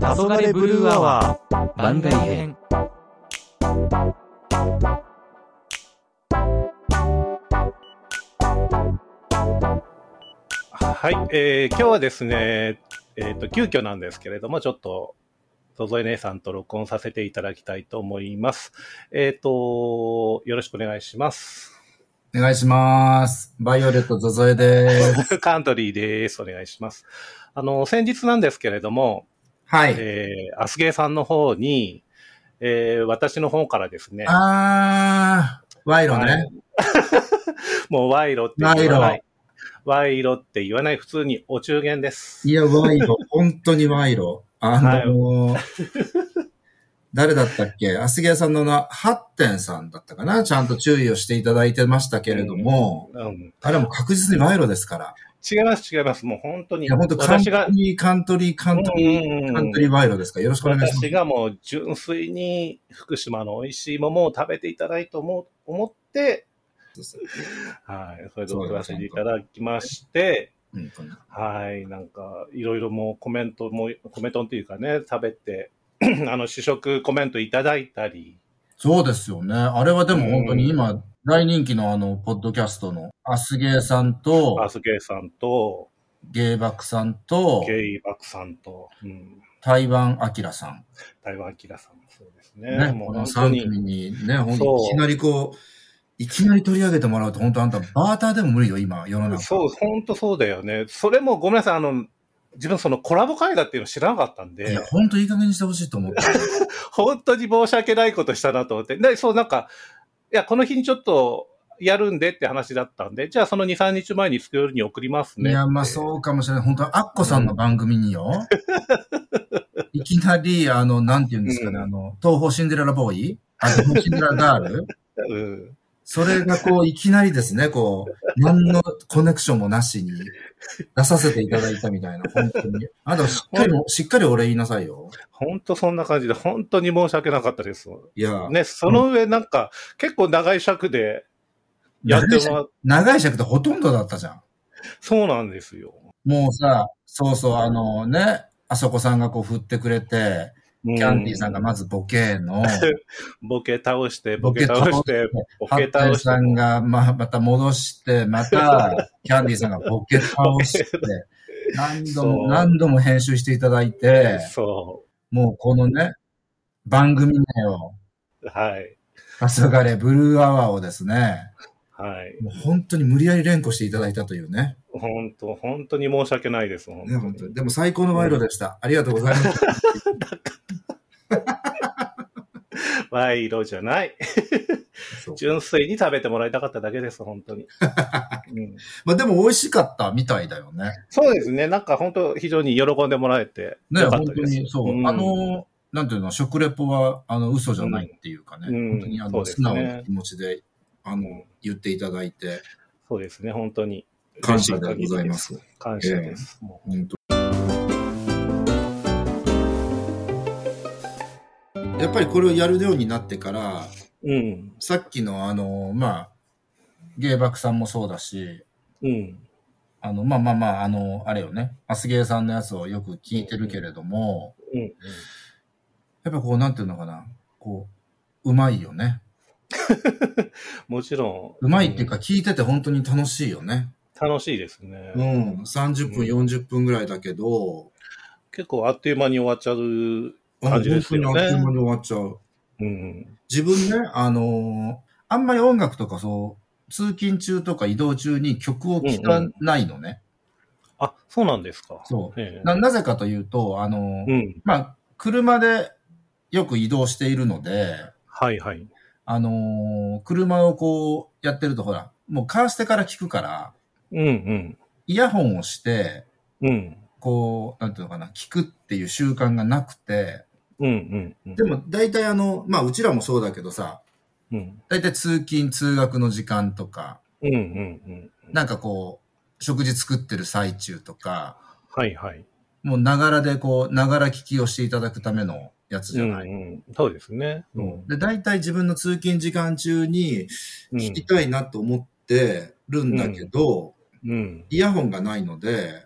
黄昏ブルーアワー番外編はい、えー今日はですね、えっと急遽なんですけれども、ちょっと、戸添姉さんと録音させていただきたいと思います。 えっ、と、よろしくお願いします。お願いします。バイオレットゾゾエです。カントリーです。お願いします。あの、先日なんですけれども、はい。えー、アスゲーさんの方に、えー私の方からですね、あー、賄賂ね。もう賄賂って言わない。賄賂って言わない、普通にお中元です。いや、賄 賂。本当に賄賂。あのー誰だったっけアスゲーさんのな、ハッテンさんだったかなちゃんと注意をしていただいてましたけれども、うん、あれも確実に賄賂ですから。違います、違います。もう本当いに、や、本当カン私がト、リー、カントリー、カントリー、うんうんうんカントリー賄賂ですから。よろしくお願いします私。がもう純粋に福島の美味しい桃を食べていただいと思う思って、はい、それで送らせていただきまして、本当にはい、なんか、いろいろもうコメントも、コメントっていうかね、食べて、 あの、試食コメントいただいたり、そうですよね。あれはでも本当に今、大人気のあの、ポッドキャストの、アスゲーさんと、アスケイさんと、ゲイバクさんと、ゲイバクさんと、うん、台湾アキラさん。台湾キラさんもそうですね。ね、もこうの本当3に、組にね、本そう当いきなりこう、いきなり取り上げてもらうと、本当あんた、バーターでも無理よ、今、世の中。そう、本当そうだよね。それもごめんなさい、あの、自分そのコラボ会だっていうの知らなかったんいでや、、本当いい加減にしてほしいと思って。本当に申し訳ないことしたなと思って。で、そうなんか、いや、この日にちょっとやるんでって話だったんで、じゃあその2、3日前にスクールに送りますね。いや、まあう。そうかもしれない。本当アッコさんの番組 によ。いきなり、あの、なんて言うんですかね、うんあの、東方シンデレラボーイあ、東方シンデレラガールうん、それがこう、いきなりですね、こう、何のコネクションもなしに出させていただいたみたいな、本当に。あなた、しっかり、しっかりお礼言いなさいよ。本当そんな感じで、本当に申し訳なかったです。いや、ね、その上なんか、結構長い尺でやってもらう。長い尺ってほとんどだったじゃん。そうなんですよ。もうさ、そうそう、あのね、あそこさんがこう振ってくれて、キキャンディーさんがまずボ ケの、ボケ倒して、ボケ倒して、ボハケッタ倒イしてさんがままた戻して、ま た、キャンディーさんがボケ倒して、何度そうも何度も編集していただいて、そもうこのね、番組名を、う。はい。あすがれブルーアワーをですね、はい。もう本当に無理やり連呼していただいたというね。本当、本当に申し訳ないです。本当ねに本当にでも最高の賄賂でした。ありがとうございました。賄賂じゃない。そう純粋に食べてもらいたかっただけです、本当 に。うん、まあでも美味しかったみたいだよね。そうですね。なんか本当、非常に喜んでもらえて。ね、よかっ本た当ですに、そう、んあの、なんていうの、食レポは、あの、嘘じゃないっていうかね、うん本当に、あそうの、です素ね直な気持ちで、あの、言っていただいて、そうですね、本当に。感謝でございます。感謝です。もう本当やっぱりこれをやるようになってから、うん。さっきの、あの、まあ、芸爆さんもそうだし、うん。あの、まあまあまあ、あの、あれよね、アスゲーさんのやつをよく聞いてるけれども、うん。やっぱこう、なんていうのかな、こう、うまいよね。もちろん。うまいっていうか、聞いてて本当に楽しいよね。うん。楽しいですね。うん。30分、う40分ぐらいだけど、結構あっという間に終わっちゃう。あの感じで本す当よねにあっという間に終わっちゃう。うん。自分ね、あのーあんまり音楽とかそう、通勤中とか移動中に曲を聴かないのね。あ、そうなんですか。。そうええななぜかというと、あのーうん。まあ、車でよく移動しているので、はいはい。あのー車をこうやってるとほら、もうカーステから聞くから、うんイヤホンをして、うん。うん。こう、なんていうのかな、聞くっていう習慣がなくて、うんうんうん。でも大体あの、まあうちらもそうだけどさ、うん。大体通勤通学の時間とか、うんうんうん。なんかこう、食事作ってる最中とか、はいはい。もうながらでこう、ながら聞きをしていただくためのやつじゃない。うんうん、そうですね。うんで、大体自分の通勤時間中にう聞きんたいなと思ってるんだけど、うん、イヤホンがないので、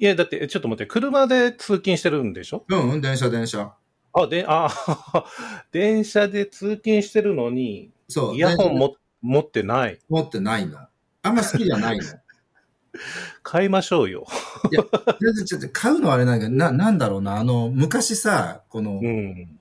いや、だって、ちょっと待って、車で通勤してるんでしょうんうん、電車電車。あ、で、あ、 電車で通勤してるのに、そう。イヤホン電車も持ってない。持ってないの。あんま好きじゃな いの。買いましょうよ。全然ちょっと買うのはあれなんだけど、な、なんだろうな。あの、昔さ、このう、ん。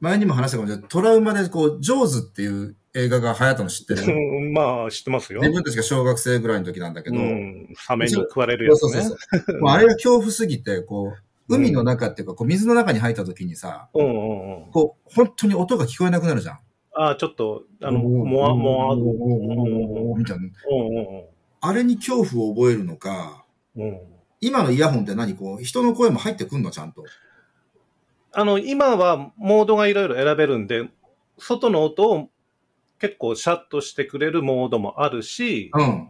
前にも話したかもしれない。トラウマで、こう、ジョーズっていう映画が流行ったの知ってる まあ、知ってますよ。自分たちが小学生ぐらいの時なんだけうど、ん。サメに食われるやつそうね。そうそう。 もうあれが恐怖すぎて、こう、海の中っていうか、こう、水の中に入った時にさ、うんうんうん。こう、本当に音が聞こえなくなるじゃん。あ、ちょっと、あの、おーもわもわ。おうーんおーおーおーみたいな。あれに恐怖を覚えるのか、うんうん。うん今のイヤホンって何こう、人の声も入ってくんのちゃんと。あの、今はモードがいろいろ選べるんで、外の音を結構シャッとしてくれるモードもあるし、うん。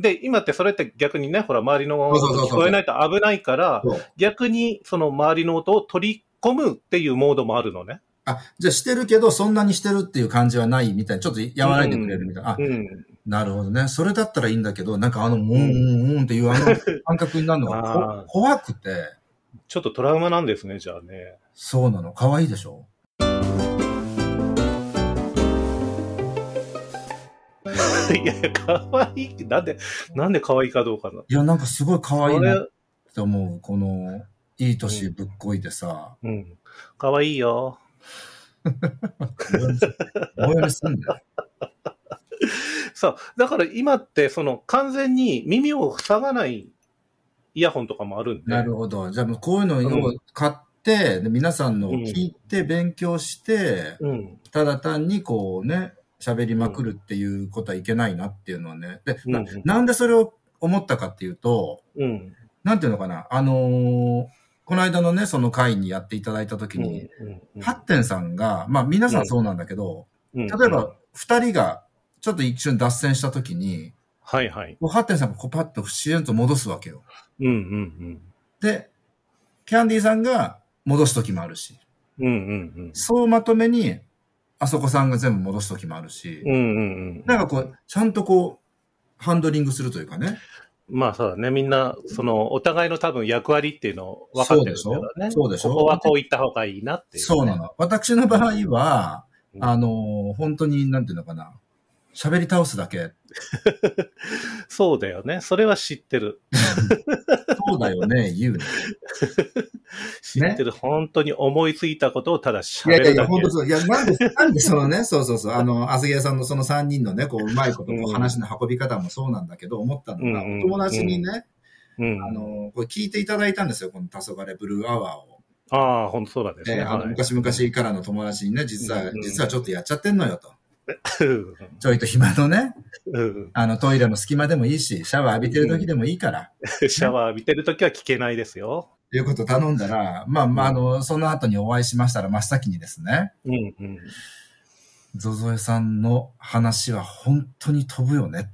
で、今ってそれって逆にね、ほら、周りの音そうそうそう聞そうこえないと危ないからそう、逆にその周りの音を取り込むっていうモードもあるのね。あ、じゃあしてるけど、そんなにしてるっていう感じはないみたいな。ちょっと和らいでくれるみたいな。あう、ん。なるほどね。それだったらいいんだけど、なんかあの、もん、うん、うんっていうあの感覚になるのあがーこ怖くて、ちょっとトラウマなんですね、じゃあね。そうなの。可愛いでしょいやいや、可愛いなんで、なんで可愛いかどうかな。いや、なんかすごい可愛いこなれっ、て思う。この、いい年ぶっこいてさ、うん。可愛いよ。おやりすんだよ。さあ、だから今って、その完全に耳を塞がないイヤホンとかもあるんで。なるほど。じゃあもうこういうのを買って、で皆さんのを聞いて、勉強して、うん。ただ単にこうね、喋りまくるっていうことはいけないなっていうのはね。で、なうんうんなんでそれを思ったかっていうと、うん。なんていうのかな、あのーこの間のね、その会にやっていただいたときうんに、うんハッテンさんが、まあ皆さんそうなんだけど、うん例えば、二人がちょっと一瞬脱線したときに、はいはい。こうハッテンさんがこうパッと不自然と戻すわけよ。うんうんで、キャンディーさんが戻すときもあるし、うん。うんうんそうまとめに、あそこさんが全部戻すときもあるし、うん。うんうんうん。なんかこう、ちゃんとこう、ハンドリングするというかね。まあそうだね。みんな、その、お互いの多分役割っていうのを分かってるんだよね。そうでしょそうでしょここはこう言った方がいいなっていう、そうな。の。私の場合は、うんあのー本当に、なんていうのかな。喋り倒すだけ。そうだよね。それは知ってる。そうだよ ね、言うね。知ってる。本当に思いついたことをただい喋やいやるいや、だ本け当。そう。いや、なんで、なんでそのね、そうそうそう、あの、あすげさんのその3人のね、こう、うまいこと、こううん話の運び方もそうなんだけど、思ったのが、うんうんお友達にね、うん。あの、これ聞いていただいたんですよ、この黄昏ブルーアワーを。ああ、本当そうなんですね。ね、あはの、い昔々からの友達にね、実は、うんうん実はちょっとやっちゃってんのよと。うんちょいと暇のね、うんあの、トイレの隙間でもいいし、シャワー浴びてる時でもいいから、シャワー浴びてるときは聞けないですよ。ということを頼んだら、まあ、まあ、あの、その後にお会いしましたら、真っ先にですね、うんうん。ゾゾエさんの話は本当に飛ぶよ ね。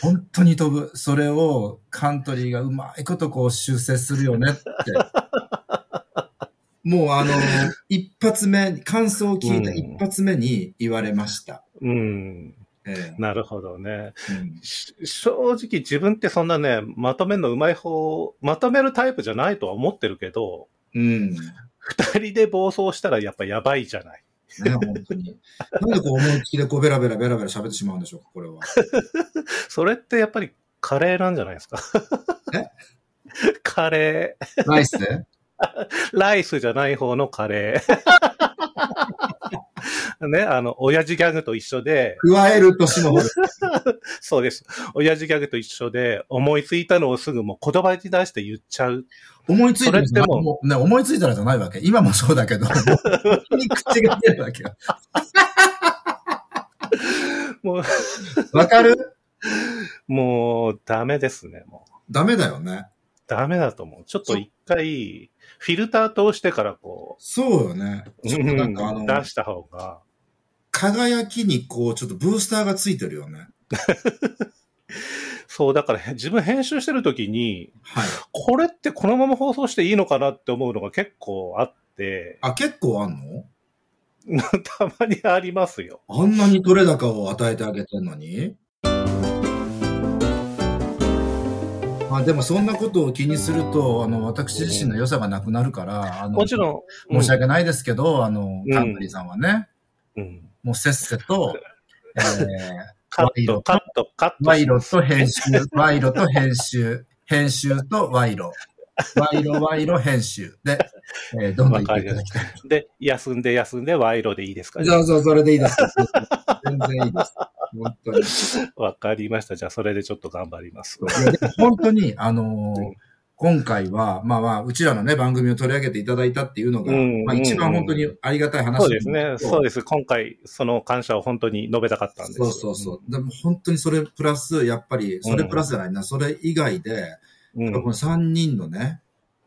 本当に飛ぶ。それをカントリーがうまいことこう修正するよね って。もうあの、一発目、感想を聞いた一発目に言われました。うん。えなるほどね。えうんし正直自分ってそんなね、まとめるのうまい方、まとめるタイプじゃないとは思ってるけど、うん。ね、二人で暴走したらやっぱやばいじゃない。本当に。なんでこう思いっきりこうベラベラベラベラ喋ってしまうんでしょうか、これ は。それってやっぱりカレーなんじゃないですか。えカレー。ナイスでライスじゃない方のカレー。 ね、あの、親父ギャグと一緒で、加える年 の方です。そうです。親父ギャグと一緒で、思いついたのをすぐもう言葉に出して言っちゃう。思いついたらそれってもうもうね、思いついたらじゃないわけ。今もそうだけど、もう本当に口が出るわけよ。 もう、わかるもうダメですね、もう。ダメだよね。ダメだと思う。ちょっと一回、フィルター通してからこそうよね。う、ちょっとなんかあうのん、出した方が、輝きにこう、ちょっとブースターがついてるよね。そう、だからへ自分編集してる時に、はい。これってこのまま放送していいのかなって思うのが結構あって、 あ、結構あんのたまにありますよ。あんなに取れ高を与えてあげてんのにまあでもそんなことを気にすると、あの、私自身の良さがなくなるから、あのもちろん、申し訳ないですけど、あのう、んカントリーさんはね、うん。もうせっ せと、えー、カット、カット、カット。賄賂と 編集、賄賂と編集、編集と賄賂。賄賂、賄賂、編集。で、えーどんどん言っていただきたい。で、休んで、休んで、賄賂でいいですかね。そうそう、それでいいです。 全然いいです。本当に。わかりました。じゃあ、それでちょっと頑張ります。いやでも本当に、あのーうん今回は、まあまあ、うちらのね、番組を取り上げていただいたっていうのが、うんまあ一番本当にありがたい話そうですね。そうでです。今回、その感謝を本当に述べたかったんです。そうそうそう。でも本当にそれプラス、やっぱり、それプラスじゃないな、それ以外で、うこのん。 3人のね、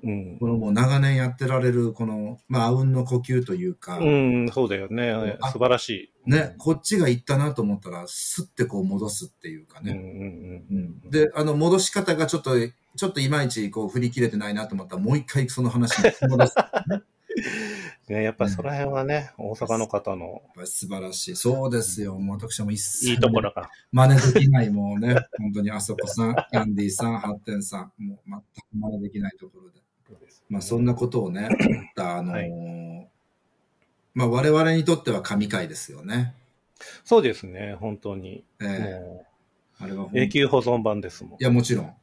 うん。このもう長年やってられる、この、まあ、あうんの呼吸というか、うん、そうだよね。あ素晴らしい。ね、こっちが行ったなと思ったら、スッてこう戻すっていうかうん。うんね。うんうん。で、あの、戻し方がちょっと、ちょっといまいちこう振り切れてないなと思ったら、もう一回その話に戻す。やっね、やっぱその辺はね、大阪の方のぱり素晴らしい。そうですよ。もう私はもう一切。いいところが。真似できない、もうね。本当にあそこさん、キャンディーさん、ハッテンさん、もう全く真似できないところで。まあ、そんなことをね、思った、あのーはまあ、我々にとっては神回ですよね。そうですね、本当に。ええもあれは本う当に永久保存版ですもんい。や、もちろん。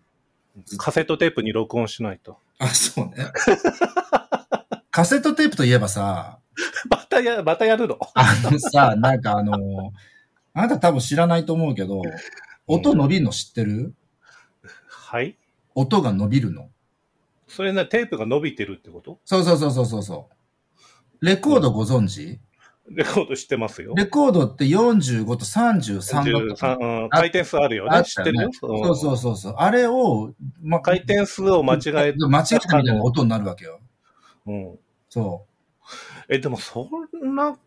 カセットテープに録音しないと。あ、そうね。カセットテープといえばさ、 またや、またやるの。あのさ、なんかあの、あなた多分知らないと思うけど、音伸びるの知ってるはい。音が伸びるの。それな、テープが伸びてるってことそうそうそうそうそうそう。レコードご存知レコード知ってますよ。レコードって45と33だったかな。 13うん、回転数あるよあね。っ知たってよるねよ。そうそうそうそう。あれを、ま、回転数を間違え、間違えたみたいな音になるわけよ。うん。そえ、でもそんな、う。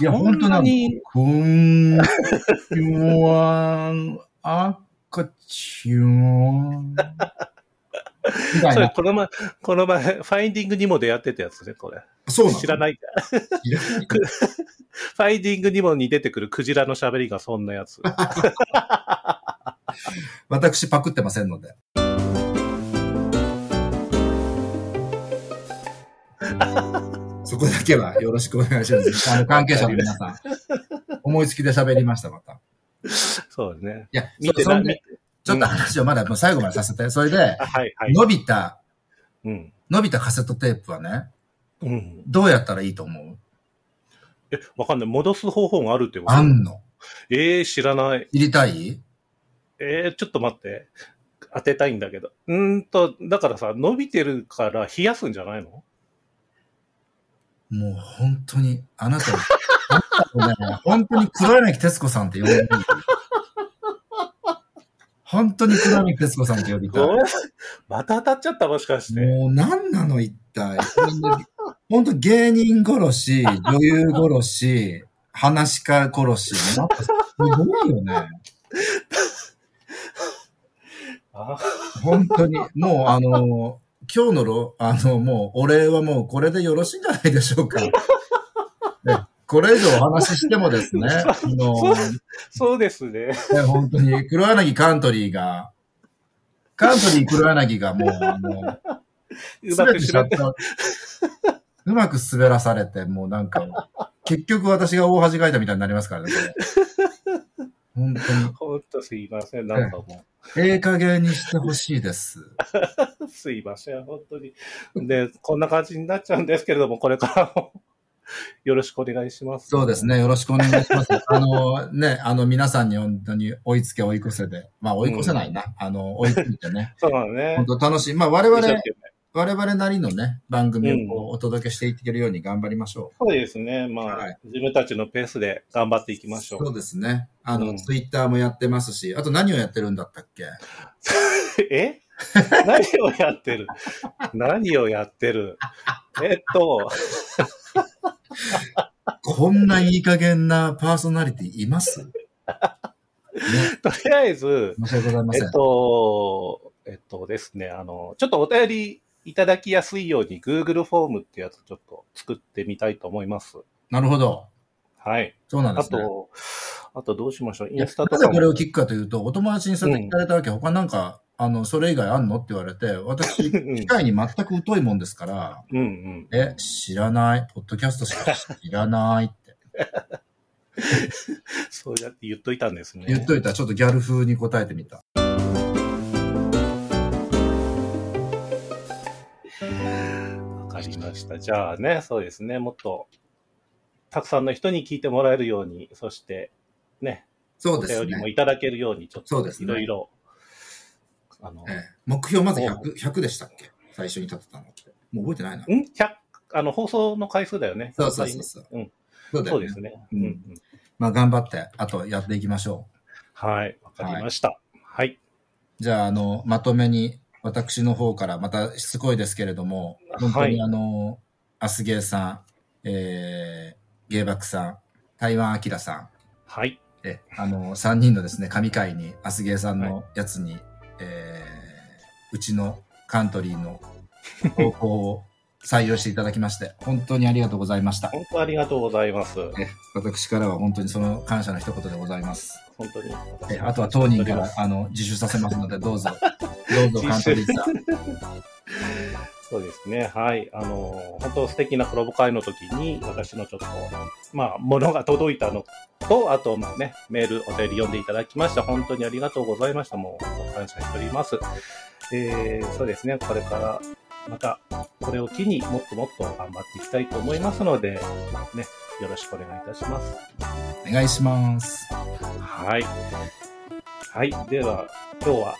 いそや、本ん当ななの。に、こんにちは、赤ちゅん。みたいそれ な。この前、この前、ファインディングにもでやってたやつね、これ。そう知らない。ない。ファインディングにもに出てくるクジラの喋りがそんなや つ。私パクってませんので。そこだけはよろしくお願いします。あの関係者の皆さん。思いつきで喋りました、また。いそうですね。や、見てそなそいんで、ちょっと話をまだもう最後までさせて、それであ、はい、はい。伸びた、うん。伸びたカセットテープはね、うん。どうやったらいいと思うえ、わかんない。戻す方法があるってことあんのえー、知らない。知りたいえー、ちょっと待って。当てたいんだけど。うーんと、だからさ、伸びてるから冷やすんじゃないのもう本当に、あなた、あなたをね、本当に黒柳徹子さんって呼びたい。本当に黒柳徹子さんって呼びたい。ごめんもなさい また当たっちゃった、もしかして。う何なの一体。本当芸人殺し、女優殺し、話し家殺し。なんかすごいよね。あ本当に。もうあの、今日のろ、あの、もうお礼はもうこれでよろしいんじゃないでしょうか。ねこれ以上お話ししてもですね、あの、そうですね。ね、本当に、黒柳カントリーが、カントリー黒柳がもう、あの、うまくしまっ全てシャットうまく滑らされて、もうなんか、結局私が大恥かいたみたいになりますからね、これ。本ほんとすいません。なんかも当に。ええ加減にしてほしいです。う、すいません。本当に。で、こんな感じになっちゃうんですけれども、これからもよろしくお願いします。そうですね。よろしくお願いします。 あの、ね、あの、皆さんに本当に追いつけ追い越せで。まあ、追い越せないな。あの、追いついてね。そうだね。本当楽しい。まあ、我 々一生、懸命我々なりのね、番組をこうお届けしていけるように頑張りましょう。そうですね。まあ、はい自分たちのペースで頑張っていきましょそうう。ですね。あの、うんツイッターもやってますし、あと何をやってるんだったっけえ何をやってる何をやってるえっと、こんないい加減なパーソナリティいます、ね、とりあえず、申し訳ございません。えっと、えっとですね、あの、ちょっとお便りいただきやすいように Google フォームってやつちょっと作ってみたいと思います。なるほど。はい。そうなんであすね。と、あとどうしましょう。いイやンスタとなぜかこれもを。聞くかというと、お友達にそうやって聞かれたわけ、他なんか、あの、それ以外あんのって言われて、私、うん機械に全く疎いもんですから、うんうん。え、知らない、ポッドキャストしか知らないってそうやって言っといたんですね。言っといた、ちょっとギャル風に答えてみた。わかりました。じゃあね、そうですね、もっと、たくさんの人に聞いてもらえるように、そして、ね、そうおです便りもね。いただけるように、ちょっそうとですいねろいろ、あのえ、え目標まず100、100でしたっけ最初に立てたのって。もう覚えてないな。ん ?100、あの、放送の回数だよね。そうそうそうそう。うんそうだそうよでねすね。ううんんうん。まあ頑張って、あとやっていきましょう。はい、わかりました。はい。じゃあ、あの、まとめに、私の方から、またしつこいですけれども、本当はいにあの、アスゲーさん、えー、ゲイバックさん、台湾アキラさん、はい。え、あの、3人のですね、神会に、アスゲーさんのやつに、えー、うちのカントリーの投稿を採用していただきまして、本当にありがとうございました。本当ありがとうございます。え私からは本当にその感謝の一言でございます。本当に。えあとは当本人か当らにあの自首させますので、どうぞ、どうぞ カントリーさん。そうですね。はい。あの、本当素敵なコラボ会の時に、私のちょっと、まあ、ものが届いたのと、あと、まあね、メール、お便り読んでいただきました。本当にありがとうございました。もう、本当感謝しております。えー、そうですね。これから、また、これを機にもっともっと頑張っていきたいと思いますので、ね、よろしくお願いいたします。お願いします。はい。はい。では、今日は、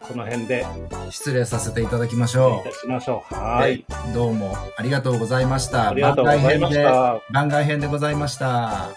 この辺で、失礼させていただきましいょたしましょう。う。はい。。どうもありがとうございました。ありがとうございました。番外編で番外編でございました。